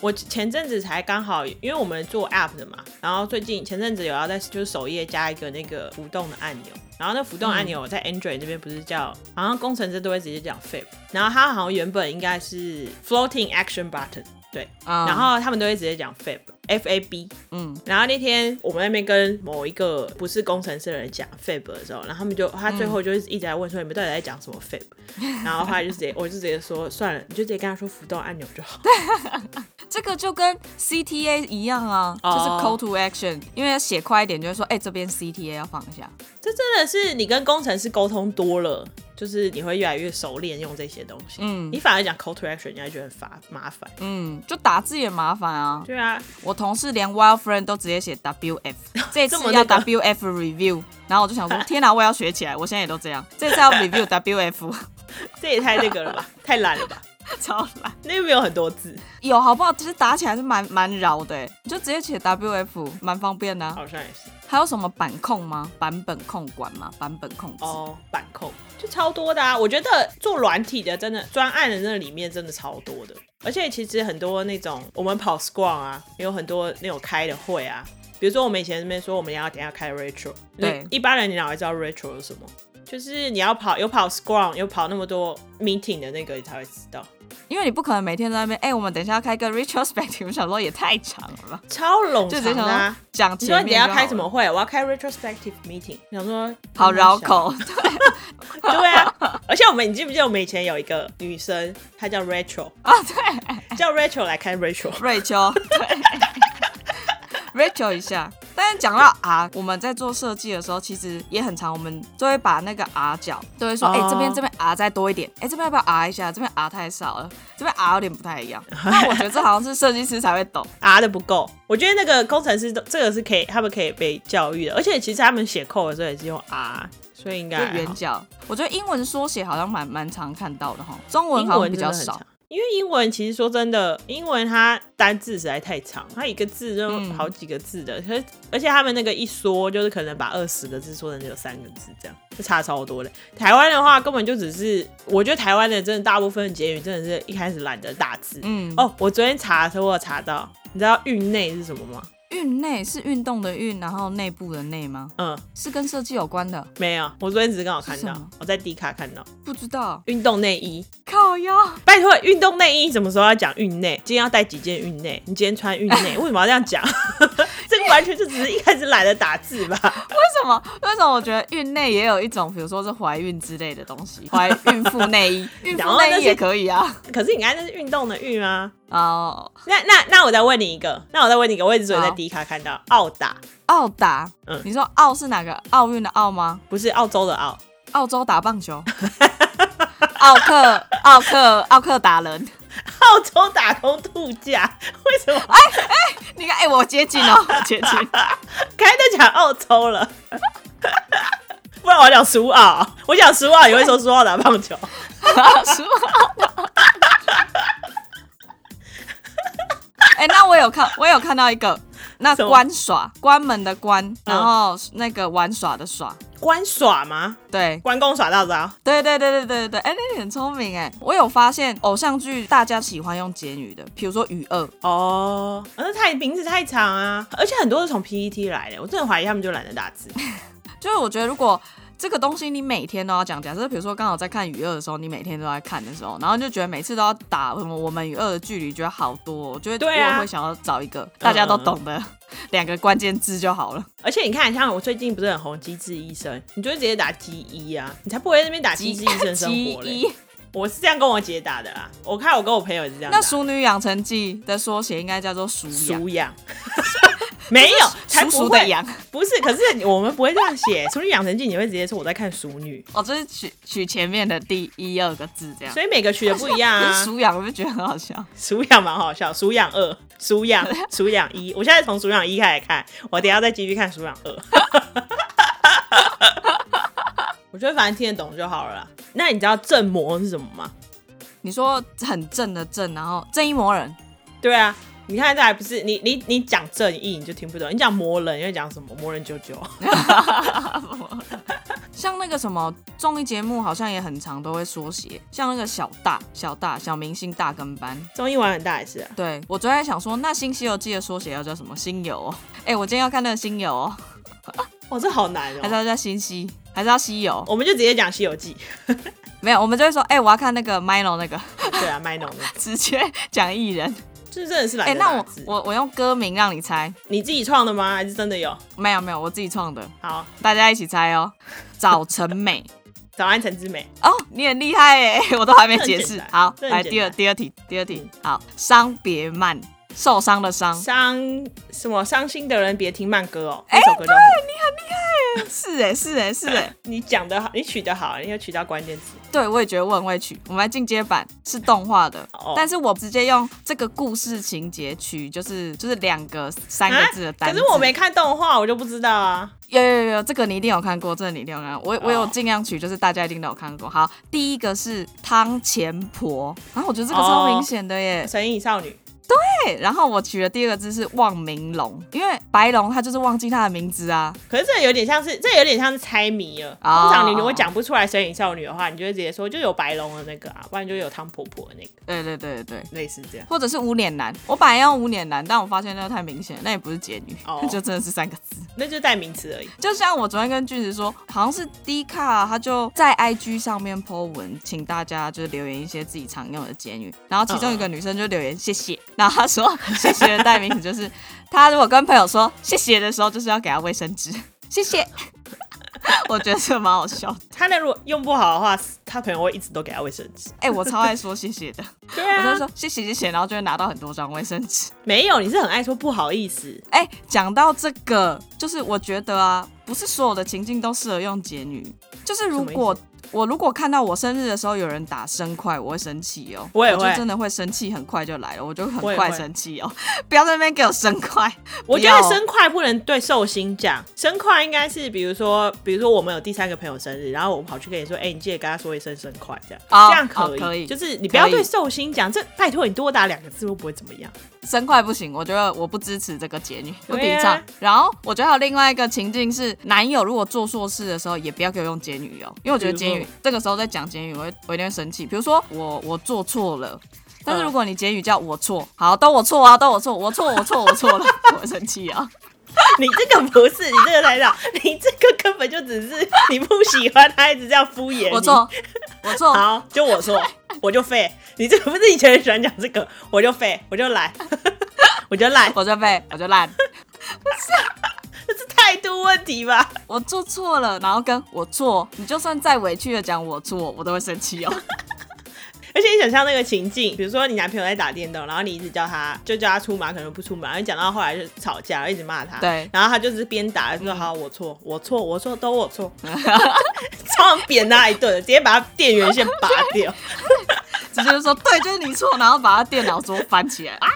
[SPEAKER 2] 我前阵子才刚好，因为我们做 app 的嘛，然后最近前阵子有要在就是首页加一个那个浮动的按钮，然后那浮动按
[SPEAKER 1] 嗯
[SPEAKER 2] 钮在 Android 这边不是叫，好像工程师都会直接讲 flip，然后它好像原本应该是 floating action button，对，
[SPEAKER 1] 嗯
[SPEAKER 2] 然后他们都会直接讲 fab f a b，
[SPEAKER 1] 嗯，
[SPEAKER 2] 然后那天我们那边跟某一个不是工程师的人讲 fab 的时候，然后他们就他最后就是一直在问说你们到底在讲什么 fab，、然后后来就直接我就直接说算了，你就直接跟他说浮动按钮 就好。
[SPEAKER 1] 这个就跟 CTA 一样啊，
[SPEAKER 2] 哦
[SPEAKER 1] 就是 call to action，因为要写快一点，就会说，哎、这边 CTA 要放一下。
[SPEAKER 2] 这真的是你跟工程师沟通多了，就是你会越来越熟练用这些东西。
[SPEAKER 1] 嗯
[SPEAKER 2] 你反而讲 call to action，你还觉得很烦麻烦。
[SPEAKER 1] 嗯，就打字也麻烦啊。
[SPEAKER 2] 对啊，
[SPEAKER 1] 我同事连 wild friend 都直接写 WF，这次
[SPEAKER 2] 这么
[SPEAKER 1] 要
[SPEAKER 2] 那个
[SPEAKER 1] WF review，然后我就 想说，天啊哪、我也要学起来，我现在也都这样。这次要 review WF，
[SPEAKER 2] 这也太那个了吧，太懒了吧？
[SPEAKER 1] 超懒。
[SPEAKER 2] 那又没有很多字，
[SPEAKER 1] 有好不好？其实打起来是蛮蛮饶的欸，你就直接写 WF，蛮方便的啊、
[SPEAKER 2] 好像也是
[SPEAKER 1] 还有什么版控吗？版本控管吗？版本控制？
[SPEAKER 2] 哦，板控就超多的啊。我觉得做软体的真的专案的那里面真的超多的，而且其实很多那种我们跑 Scrum 啊，有很多那种开的会啊。比如说我们以前那边说我们要等一下开 retro，
[SPEAKER 1] 对
[SPEAKER 2] 你一般人你哪会知道 retro 是什么？就是你要跑有跑 Scrum 有跑那么多 meeting 的那个你才会知道，
[SPEAKER 1] 因为你不可能每天在那边，哎、我们等一下要开个 retrospective，我想说也太长了吧，
[SPEAKER 2] 超冗
[SPEAKER 1] 就直接
[SPEAKER 2] 长的、
[SPEAKER 1] 想说
[SPEAKER 2] 啊。
[SPEAKER 1] 讲
[SPEAKER 2] 你
[SPEAKER 1] 前
[SPEAKER 2] 说
[SPEAKER 1] 面
[SPEAKER 2] 你等一下
[SPEAKER 1] 就好
[SPEAKER 2] 开什
[SPEAKER 1] 了
[SPEAKER 2] 么会？我要开 retrospective meeting，想说
[SPEAKER 1] 好绕，
[SPEAKER 2] 嗯
[SPEAKER 1] 口，
[SPEAKER 2] 对啊。而且我们你记不记得我们以前有一个女生，她叫 Rachel，
[SPEAKER 1] 啊，对，
[SPEAKER 2] 叫 Rachel 来开 Rachel。
[SPEAKER 1] 瑞秋，对，Rachel 一下。但是讲到 R，我们在做设计的时候，其实也很常，我们就会把那个 R 角，都会说，
[SPEAKER 2] 哦
[SPEAKER 1] 哎、这边这边 R 再多一点，哎、这边要不要 R 一下？这边 R 太少了，这边 R 有点不太 一样。但我觉得这好像是设计师才会懂，
[SPEAKER 2] R 啊的不够，我觉得那个工程师都这个是可以，他们可以被教育的，而且其实他们写 code 的时候也是用 R，所以应
[SPEAKER 1] 就
[SPEAKER 2] 该还
[SPEAKER 1] 圆
[SPEAKER 2] 好
[SPEAKER 1] 角。我觉得英文缩写好像蛮蛮常看到的哈，中文
[SPEAKER 2] 英
[SPEAKER 1] 好像
[SPEAKER 2] 文
[SPEAKER 1] 比
[SPEAKER 2] 真的
[SPEAKER 1] 较
[SPEAKER 2] 很
[SPEAKER 1] 少
[SPEAKER 2] 长。。因为英文其实说真的，英文它单字实在太长，它一个字就
[SPEAKER 1] 嗯
[SPEAKER 2] 好几个字的，可、是而且他们那个一缩就是可能把二十个字缩成只有三个字这样，就差超多的。台湾的话根本就只是，我觉得台湾的真的大部分的结语真的是一开始懒得打字。
[SPEAKER 1] 嗯，
[SPEAKER 2] 哦，我昨天查的时候我有查到，你知道运内是什么吗？
[SPEAKER 1] 运内是运动的运，然后内部的内吗？
[SPEAKER 2] 嗯，
[SPEAKER 1] 是跟设计有关的？
[SPEAKER 2] 没有，我昨天只是刚好看
[SPEAKER 1] 是什
[SPEAKER 2] 到
[SPEAKER 1] 么，
[SPEAKER 2] 我在迪卡看到
[SPEAKER 1] 不知道，
[SPEAKER 2] 运动内衣。
[SPEAKER 1] 靠腰。
[SPEAKER 2] 拜托，运动内衣什么时候要讲运内？今天要带几件运内？你今天穿运内，为什么要这样讲？ 这个完全就只是一开始懒得打字吧？
[SPEAKER 1] 为什么？为什么我觉得孕内也有一种，比如说是怀孕之类的东 西，怀孕妇内衣，孕
[SPEAKER 2] 然后
[SPEAKER 1] 妇
[SPEAKER 2] 那
[SPEAKER 1] 内
[SPEAKER 2] 是
[SPEAKER 1] 衣也可以啊。
[SPEAKER 2] 可是你刚才那是运动的运啊。
[SPEAKER 1] 哦，
[SPEAKER 2] 那那那我再问你一个，那我再问你一个，我也是昨天在
[SPEAKER 1] 好
[SPEAKER 2] 迪卡看到奥打，
[SPEAKER 1] 澳打，
[SPEAKER 2] 嗯
[SPEAKER 1] 你说澳是哪个奥运的澳吗？
[SPEAKER 2] 不是澳洲的澳，
[SPEAKER 1] 澳洲打棒球， 奥克奥克奥克打人。
[SPEAKER 2] 澳洲打工度假， 为什么啊
[SPEAKER 1] 你看，哎、我接近 哦，我接近。
[SPEAKER 2] 刚才在讲澳洲了？ 不然我讲苏澳，我讲苏澳，你会说苏澳打棒球？
[SPEAKER 1] 是吗？哎、那我有看，我有看到一个，那
[SPEAKER 2] 什么嗯
[SPEAKER 1] 关耍，关门的关，然后那个玩耍的耍，
[SPEAKER 2] 关耍吗？
[SPEAKER 1] 对，
[SPEAKER 2] 关公耍大招，
[SPEAKER 1] 对对对对对对对，哎、那你很聪明哎！我有发现偶像剧大家喜欢用简语的，比如说《雨二》，
[SPEAKER 2] 哦，那太名字太长啊，而且很多是从 PET 来的，我真的怀疑他们就懒得打字。
[SPEAKER 1] 就是我觉得如果这个东西你每天都要讲，假设比如说刚好在看《雨二》的时候，你每天都在看的时候，然后就觉得每次都要打什么“我们与二”的距离，觉得好多哦、我觉得
[SPEAKER 2] 对啊嗯
[SPEAKER 1] 我会想要找一个大家都懂的两个关键字就好了。
[SPEAKER 2] 而且你看，像我最近不是很红《机智医生》，你就会直接打“机医”啊，你才不会在那边打“机智医 生生
[SPEAKER 1] 其
[SPEAKER 2] 活”嘞。
[SPEAKER 1] 一，
[SPEAKER 2] 我是这样跟我姐打的啦，我看我跟我朋友也是这样打。
[SPEAKER 1] 那《熟女养成记》的缩写应该叫做“熟养
[SPEAKER 2] 熟养，没有”，才
[SPEAKER 1] 熟
[SPEAKER 2] 不
[SPEAKER 1] 熟的
[SPEAKER 2] 会，
[SPEAKER 1] 养。
[SPEAKER 2] 不是。可是我们不会这样写，《熟女养成记》你会直接说我在看《熟女
[SPEAKER 1] 哦，就是取取前面的第一二个字这》，样。
[SPEAKER 2] 所以每个取的不一样
[SPEAKER 1] 可
[SPEAKER 2] 啊。
[SPEAKER 1] 是“熟养”，我就觉得很好笑。
[SPEAKER 2] 数养蛮好笑，数养二、数养、数养一，我现在从数养一开始看，我等一下再继续看数养二。 我觉得反正听得懂就好了啦。那你知道正魔是什么吗？
[SPEAKER 1] 你说很正的正，然后正义魔人，
[SPEAKER 2] 对啊，你看这还不是你你你讲正义你就听不懂，你讲魔人又讲什么？魔人啾啾，
[SPEAKER 1] 像那个什么综艺节目好像也很常都会缩写，像那个小大、小大、小明星大跟班。
[SPEAKER 2] 综艺玩很大也是啊。
[SPEAKER 1] 对我昨天在想说，那《新西游记》的缩写要叫什么？新游、哦？ 哎、我今天要看那个新游、哦，
[SPEAKER 2] 哇，这好难
[SPEAKER 1] 还是
[SPEAKER 2] 哦。
[SPEAKER 1] 要叫新西？还是要西游？
[SPEAKER 2] 我们就直接讲《西游记
[SPEAKER 1] 没有，我们就会说，哎、我要看那个 Milo 那个，》。
[SPEAKER 2] 对啊，Mino，
[SPEAKER 1] 直接讲艺人。
[SPEAKER 2] 这真的是
[SPEAKER 1] 哎、
[SPEAKER 2] 懒得
[SPEAKER 1] 那
[SPEAKER 2] 打
[SPEAKER 1] 我
[SPEAKER 2] 字。
[SPEAKER 1] 我我用歌名让你猜，
[SPEAKER 2] 你自己创的吗？还是真的有？
[SPEAKER 1] 没有没有，我自己创的，
[SPEAKER 2] 好，
[SPEAKER 1] 大家一起猜哦。早晨美。
[SPEAKER 2] 早安，陈之美。
[SPEAKER 1] 哦，你很厉害哎， 我都还没解
[SPEAKER 2] 这很简
[SPEAKER 1] 释
[SPEAKER 2] 单。
[SPEAKER 1] 好，
[SPEAKER 2] 哦这很
[SPEAKER 1] 来
[SPEAKER 2] 简单
[SPEAKER 1] 第二第二题，第二题，好，伤别慢，受伤的
[SPEAKER 2] 嗯
[SPEAKER 1] 伤，
[SPEAKER 2] 伤什么伤心的人别听慢歌哦，那首歌叫什么、
[SPEAKER 1] 是哎是哎是 哎，
[SPEAKER 2] 你讲的好，你取得好，你有取到关键词。
[SPEAKER 1] 对我也觉得我很会取。我们来进阶版是动画的
[SPEAKER 2] 哦，
[SPEAKER 1] 但是我直接用这个故事情节取，就是就是两个三个字的单
[SPEAKER 2] 哦可
[SPEAKER 1] 字。
[SPEAKER 2] 是我没看动画，我就不知道啊。
[SPEAKER 1] 有有有有，这个你一定有看过，这个你一定有看过。我我有
[SPEAKER 2] 哦
[SPEAKER 1] 尽量取，就是大家一定都有看过。好，第一个是汤钱婆，然后我觉得这个
[SPEAKER 2] 哦
[SPEAKER 1] 超明显的耶，
[SPEAKER 2] 神隐少女
[SPEAKER 1] 对，然后我取的第二个字是望明龙，因为白龙他就是忘记他的名字啊。
[SPEAKER 2] 可是这有点像是，这有点像是猜谜了。
[SPEAKER 1] 哦
[SPEAKER 2] 通常你如果讲不出来神隐少女的话，你就会直接说就有白龙的那个啊，不然就有汤婆婆的那个，
[SPEAKER 1] 对对对对对，
[SPEAKER 2] 类似这样。
[SPEAKER 1] 或者是无脸男，我本来要用无脸男，但我发现那个太明显了，那也不是简语，
[SPEAKER 2] 哦
[SPEAKER 1] 就真的是三个字。
[SPEAKER 2] 那就代名词而已。
[SPEAKER 1] 就像我昨天跟俊子说，好像是 D 卡，啊他就在 IG 上面 po 文，请大家就是留言一些自己常用的简语，然后其中一个女生就留言谢谢，然后她说谢谢的代名词就是，她如果跟朋友说谢谢的时候，就是要给她卫生纸，谢谢。 我觉得这蛮好笑的。
[SPEAKER 2] 他那如果用不好的话，他朋友会一直都给他卫生纸。
[SPEAKER 1] 哎、我超爱说谢谢的，
[SPEAKER 2] 对
[SPEAKER 1] 我就
[SPEAKER 2] 啊，
[SPEAKER 1] 说谢谢谢谢，然后就会拿到很多张卫生纸。
[SPEAKER 2] 没有，你是很爱说不好意思。
[SPEAKER 1] 哎、讲到这个，就是我觉得啊，不是所有的情境都适合用简语。就是如果我如果看到我生日的时候有人打生快，我会生气哦，
[SPEAKER 2] 我也
[SPEAKER 1] 就
[SPEAKER 2] 会
[SPEAKER 1] 真的会生气，很快就来了，我就很
[SPEAKER 2] 我也
[SPEAKER 1] 快
[SPEAKER 2] 会
[SPEAKER 1] 生气哦。 不要在那边给我生快，
[SPEAKER 2] 我觉
[SPEAKER 1] 不
[SPEAKER 2] 得
[SPEAKER 1] 要
[SPEAKER 2] 生快不能对寿星讲，生快应该是比如说，比如说我们有第三个朋友生日，然后我跑去跟你说，哎、你记得跟他说一声生快，这样、
[SPEAKER 1] 哦
[SPEAKER 2] 这样可
[SPEAKER 1] 哦
[SPEAKER 2] 以，
[SPEAKER 1] 可以
[SPEAKER 2] 就是你不要
[SPEAKER 1] 可以
[SPEAKER 2] 对寿星讲，这拜托你多打两个字又不会怎么样。
[SPEAKER 1] 生快不行，我觉得我不支持这个结语，不
[SPEAKER 2] 对
[SPEAKER 1] 提
[SPEAKER 2] 啊
[SPEAKER 1] 倡。然后我觉得还有另外一个情境是，男友如果做硕士的时候，也不要给我用结语哦，因为我觉得
[SPEAKER 2] 比
[SPEAKER 1] 结
[SPEAKER 2] 如说
[SPEAKER 1] 语这个时候在讲结语，我会我一定会生气。比如说我我做错了。但是
[SPEAKER 2] 嗯
[SPEAKER 1] 如果你结语叫我错，好，都我错啊，都我错，我错，我错，我错了，我会生气 啊。
[SPEAKER 2] 你这个不是，你这个太绕，你这个根本就只是你不喜欢他，一直这样敷衍你。
[SPEAKER 1] 我错，我错，
[SPEAKER 2] 好，就我错， 我就废。你这个不是以前很喜欢讲这个，我就废，我就懒， 我就懒，
[SPEAKER 1] 我就被我就烂，
[SPEAKER 2] 这是态度问题吧？
[SPEAKER 1] 我做错了，然后跟我错，你就算再委屈的讲我错，我都会生气哦。
[SPEAKER 2] 而且你想象那个情境，比如说你男朋友在打电动，然后你一直叫他，就叫他出门，可能不出门，然后你讲到后来就吵架，然后一直骂他。
[SPEAKER 1] 对
[SPEAKER 2] 然后他就只是边打，就说好，我错，我错，我错，都我错，超想扁他一顿，直接把他电源线拔掉。
[SPEAKER 1] 直接就说对，就是你错，然后把他电脑桌翻起来啊。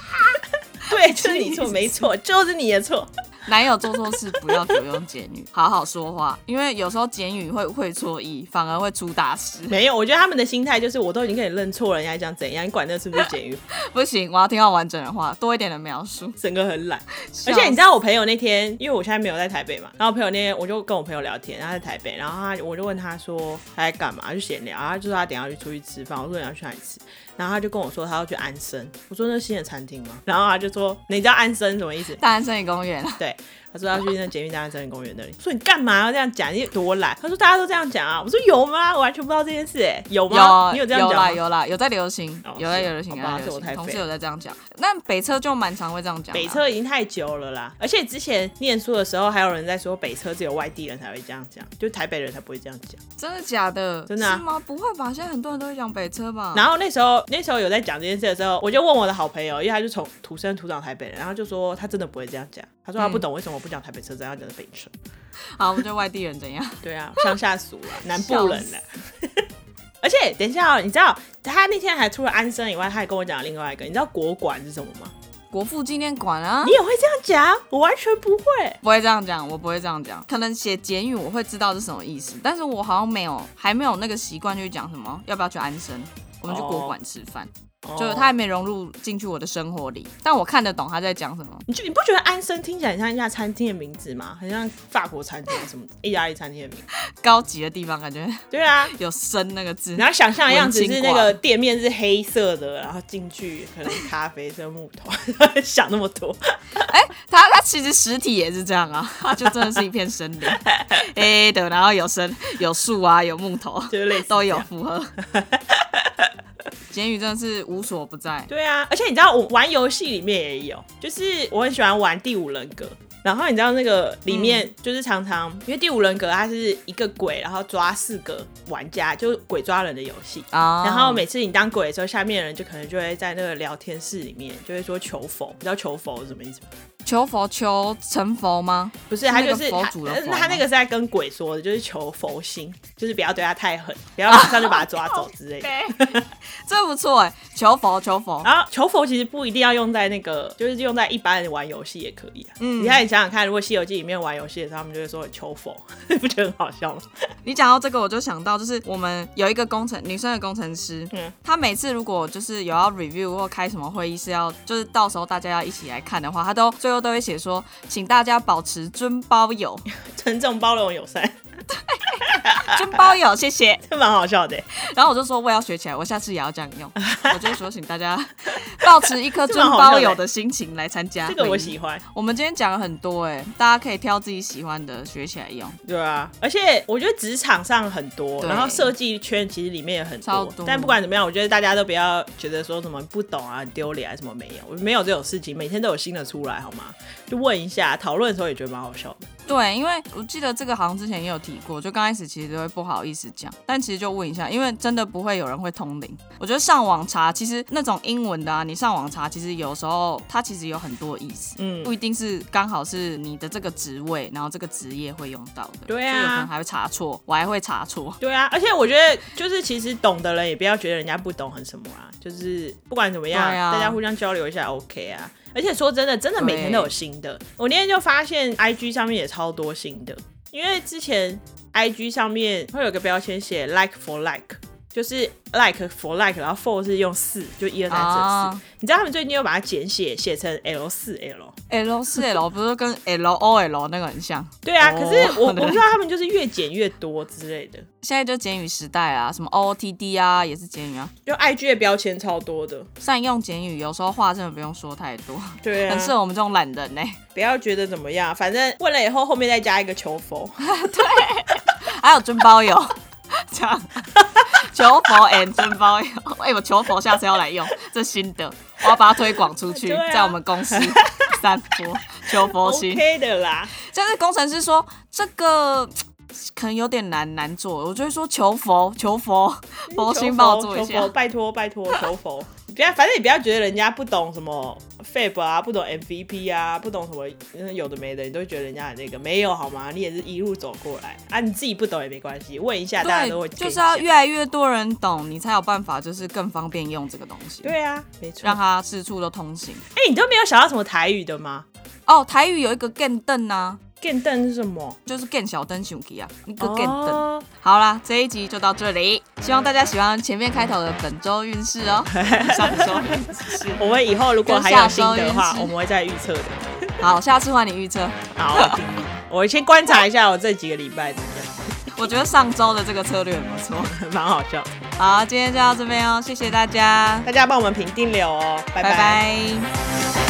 [SPEAKER 2] 对，就是你错，没错，就是你的错。
[SPEAKER 1] 男友做错事不要酒用简语，好好说话，因为有时候简语会会错意，反而会出大事。
[SPEAKER 2] 没有，我觉得他们的心态就是，我都已经跟你认错了，你还想怎样？你管那是不是监狱？
[SPEAKER 1] 不行，我要听到完整的话，多一点的描述。
[SPEAKER 2] 整个很懒。
[SPEAKER 1] 笑 死
[SPEAKER 2] 而且你知道我朋友那天，因为我现在没有在台北嘛，然后我朋友那天我就跟我朋友聊天，他在台北，然后他我就问他说他在干嘛，他就闲聊，然后他就说他等一下要去出去吃饭，我说你要去哪里吃，然后他就跟我说他要去安生，我说那是新的餐厅吗？然后他就说你知道安生什么意思？
[SPEAKER 1] 大安森林公园，
[SPEAKER 2] 对，他说要去那捷运大安森林公园那里，我说你干嘛要这样讲？你多懒？他说大家都这样讲啊，我说有吗？我完全不知道这件事、哎，有吗？
[SPEAKER 1] 啊有
[SPEAKER 2] 你有这样
[SPEAKER 1] 啦
[SPEAKER 2] 讲吗？
[SPEAKER 1] 有啦有在流行
[SPEAKER 2] 哦，
[SPEAKER 1] 有在
[SPEAKER 2] 是啊
[SPEAKER 1] 流行，有
[SPEAKER 2] 好吧
[SPEAKER 1] 在
[SPEAKER 2] 是
[SPEAKER 1] 流
[SPEAKER 2] 我太
[SPEAKER 1] 行，同
[SPEAKER 2] 废
[SPEAKER 1] 事有在这样讲。但北车就蛮常会这样讲啦，啊
[SPEAKER 2] 北车已经太久了啦，而且之前念书的时候，还有人在说北车只有外地人才会这样讲，就台北人才不会这样讲。
[SPEAKER 1] 真的假的？
[SPEAKER 2] 真的啊
[SPEAKER 1] 是吗？不会吧？现在很多人都会讲北车吧？
[SPEAKER 2] 然后那时候那时候有在讲这件事的时候，我就问我的好朋友，因为他就从土生土长台北人，然后就说他真的不会这样讲，他说他不懂为什么我不讲台北车站，要讲北车。
[SPEAKER 1] 好，我们就外地人怎样？
[SPEAKER 2] 对啊，乡下俗 啊，南部人
[SPEAKER 1] 嗯笑死
[SPEAKER 2] 了。 而且等一下哦，你知道他那天还除了安生以外，他还跟我讲了另外一个，你知道国馆是什么吗？
[SPEAKER 1] 国父纪念馆啊
[SPEAKER 2] 你。也会这样讲？我完全不会。
[SPEAKER 1] 不会这样讲，我不会这样讲。可能写简语我会知道是什么意思，但是我好像没有，还没有那个习惯去讲什么要不要去安生，我们去国馆吃饭，
[SPEAKER 2] 哦
[SPEAKER 1] 就是他还没融入进去我的生活里。但我看得懂他在讲什么。
[SPEAKER 2] 你就你不觉得安生听起来很像一家餐厅的名字吗？很像法国餐厅啊什么意大利餐厅的名字？
[SPEAKER 1] 高级的地方感觉
[SPEAKER 2] 对啊，
[SPEAKER 1] 有“生”那个字，
[SPEAKER 2] 然后想象的样子
[SPEAKER 1] 文
[SPEAKER 2] 是
[SPEAKER 1] 青
[SPEAKER 2] 那
[SPEAKER 1] 挂
[SPEAKER 2] 个店面是黑色的，然后进去可能是咖啡色木头， 想那么多。
[SPEAKER 1] 他他其实实体也是这样啊，他就真的是一片森 林，黑的，然后有森有树啊，有木头，
[SPEAKER 2] 就是类似
[SPEAKER 1] 都有
[SPEAKER 2] 这样
[SPEAKER 1] 符 合。简语真的是无所不在，
[SPEAKER 2] 对啊，而且你知道我玩游戏里面也有，就是我很喜欢玩第五人格。然后你知道那个里面就是常常，因为第五人格它是一个鬼，然后抓四个玩家，就是鬼抓人的游戏。
[SPEAKER 1] 啊
[SPEAKER 2] 然后每次你当鬼的时候，下面的人就可能就会在那个聊天室里面就会说求佛，你知道求佛是什么意思吗？
[SPEAKER 1] 求佛求成佛吗？
[SPEAKER 2] 不是，
[SPEAKER 1] 是
[SPEAKER 2] 他
[SPEAKER 1] 那
[SPEAKER 2] 就
[SPEAKER 1] 个
[SPEAKER 2] 是
[SPEAKER 1] 佛
[SPEAKER 2] 他
[SPEAKER 1] 祖的
[SPEAKER 2] 呃
[SPEAKER 1] 佛
[SPEAKER 2] 那他
[SPEAKER 1] 吗
[SPEAKER 2] 那个是在跟鬼说的，就是求佛心，就是不要对他太狠，不要马上就把他抓走之 类的。
[SPEAKER 1] 这不错哎，求佛求佛，
[SPEAKER 2] 然后求佛其实不一定要用在那个，就是用在一般人玩游戏也可以啊。嗯，你看你想想看，如果《西游记》里面玩游戏的时候，他们就会说求佛， 不觉得很好笑吗？
[SPEAKER 1] 你讲到这个，我就想到就是我们有一个工程女生的工程师，
[SPEAKER 2] 嗯
[SPEAKER 1] 她每次如果就是有要 review 或开什么会议是要就是到时候大家要一起来看的话，她都最后都会写说，请大家保持尊包友，
[SPEAKER 2] 尊重、包容、友善，
[SPEAKER 1] 尊包友，谢谢。
[SPEAKER 2] 这蛮好笑的欸，
[SPEAKER 1] 然后我就说我也要学起来，我下次也要这样用。我就说请大家保持一颗
[SPEAKER 2] 这
[SPEAKER 1] 尊
[SPEAKER 2] 蛮好
[SPEAKER 1] 包
[SPEAKER 2] 笑
[SPEAKER 1] 友
[SPEAKER 2] 的欸
[SPEAKER 1] 的心情来参加。
[SPEAKER 2] 这个我喜。欢。
[SPEAKER 1] 我们今天讲了很多哎、大家可以挑自己喜欢的学起来用。
[SPEAKER 2] 对啊，而且我觉得职场上很多，
[SPEAKER 1] 对
[SPEAKER 2] 然后设计圈其实里面也很
[SPEAKER 1] 超
[SPEAKER 2] 多，
[SPEAKER 1] 多
[SPEAKER 2] 但不管怎么样，我觉得大家都不要觉得说什么不懂啊、很丢脸啊什么没有，没有这种事情，每天都有新的出来，好吗？就问一下，讨论的时候也觉得蛮好笑的。
[SPEAKER 1] 对，因为我记得这个好像之前也有提过，就刚开始其实都会不好意思讲，但其实就问一下，因为真的不会有人会通灵。我觉得上网查，其实那种英文的啊，你上网查，其实有时候它其实有很多意思，
[SPEAKER 2] 嗯
[SPEAKER 1] 不一定是刚好是你的这个职位，然后这个职业会用到的。
[SPEAKER 2] 对啊
[SPEAKER 1] 所以有可能还会查错，我还会查错。
[SPEAKER 2] 对啊，而且我觉得就是其实懂的人也不要觉得人家不懂很什么啊，就是不管怎么样，
[SPEAKER 1] 对啊
[SPEAKER 2] 大家互相交流一下 OK 啊。而且说真的，真的每天都有新的。我那天就发现 IG 上面也超多新的，因为之前 IG 上面会有个标签写 like for like。就是 like for like，然后 for 是用四，就一二三四四。
[SPEAKER 1] 啊
[SPEAKER 2] 你知道他们最近又把它简写写成 L 四 L，
[SPEAKER 1] L 四 L 不是跟 L O L 那个很像？
[SPEAKER 2] 对啊。
[SPEAKER 1] 哦
[SPEAKER 2] 可是我我
[SPEAKER 1] 对
[SPEAKER 2] 不知道他们就是越减越多之类的，
[SPEAKER 1] 现在就简语时代啊，什么 O T D 啊，也是简语啊。
[SPEAKER 2] 就 IG 的标签超多的。
[SPEAKER 1] 善用简语，有时候话真的不用说太多，
[SPEAKER 2] 对啊，
[SPEAKER 1] 很适合我们这种懒人呢、
[SPEAKER 2] 不要觉得怎么样，反正问了以后后面再加一个求佛，
[SPEAKER 1] 还有尊 包友，这样求佛 and 尊包友。哎、我求佛下次要来用这新的，我要把它推广出去，
[SPEAKER 2] 对啊
[SPEAKER 1] 在我们 公司散播求佛心。
[SPEAKER 2] ，OK 的啦。
[SPEAKER 1] 但是工程师说这个可能有点难难做，我就会说求佛求佛，佛心帮我做一
[SPEAKER 2] 嗯求
[SPEAKER 1] 下
[SPEAKER 2] 佛，。拜托拜托求佛，不要，反正你不要觉得人家不懂什么 Fab 啊，不懂 MVP 啊，不懂什么嗯有的没的，你都会觉得人家很那个没有好吗？你也是一路走过来啊，你自己不懂也没关系，问一下大家都会
[SPEAKER 1] 对，就
[SPEAKER 2] 给
[SPEAKER 1] 是
[SPEAKER 2] 你
[SPEAKER 1] 要
[SPEAKER 2] 讲
[SPEAKER 1] 越来越多人懂，你才有办法，就是更方便用这个东西，
[SPEAKER 2] 对啊，没错。
[SPEAKER 1] 让它四处都通行。
[SPEAKER 2] 哎、你都没有想到什么台语的吗？
[SPEAKER 1] 哦，台语有一个 “gen 灯”啊，
[SPEAKER 2] 电灯是什么？
[SPEAKER 1] 就是 “gen 小灯熊吉啊，一个 “gen 灯”
[SPEAKER 2] 哦，
[SPEAKER 1] 好啦，这一集就到这里，希望大家喜欢前面开头的本周运势哦，上周运势。
[SPEAKER 2] 我们以后如果还有新的话，我们会再预测的。
[SPEAKER 1] 好，下次换你预测。
[SPEAKER 2] 好，我定义我先观察一下我这几个礼拜怎么样，
[SPEAKER 1] 我觉得上周的这个策略很不错。
[SPEAKER 2] 蛮好笑的。
[SPEAKER 1] 好，今天就到这边哦，谢谢大家，
[SPEAKER 2] 大家帮我们评定流哦，拜
[SPEAKER 1] 拜拜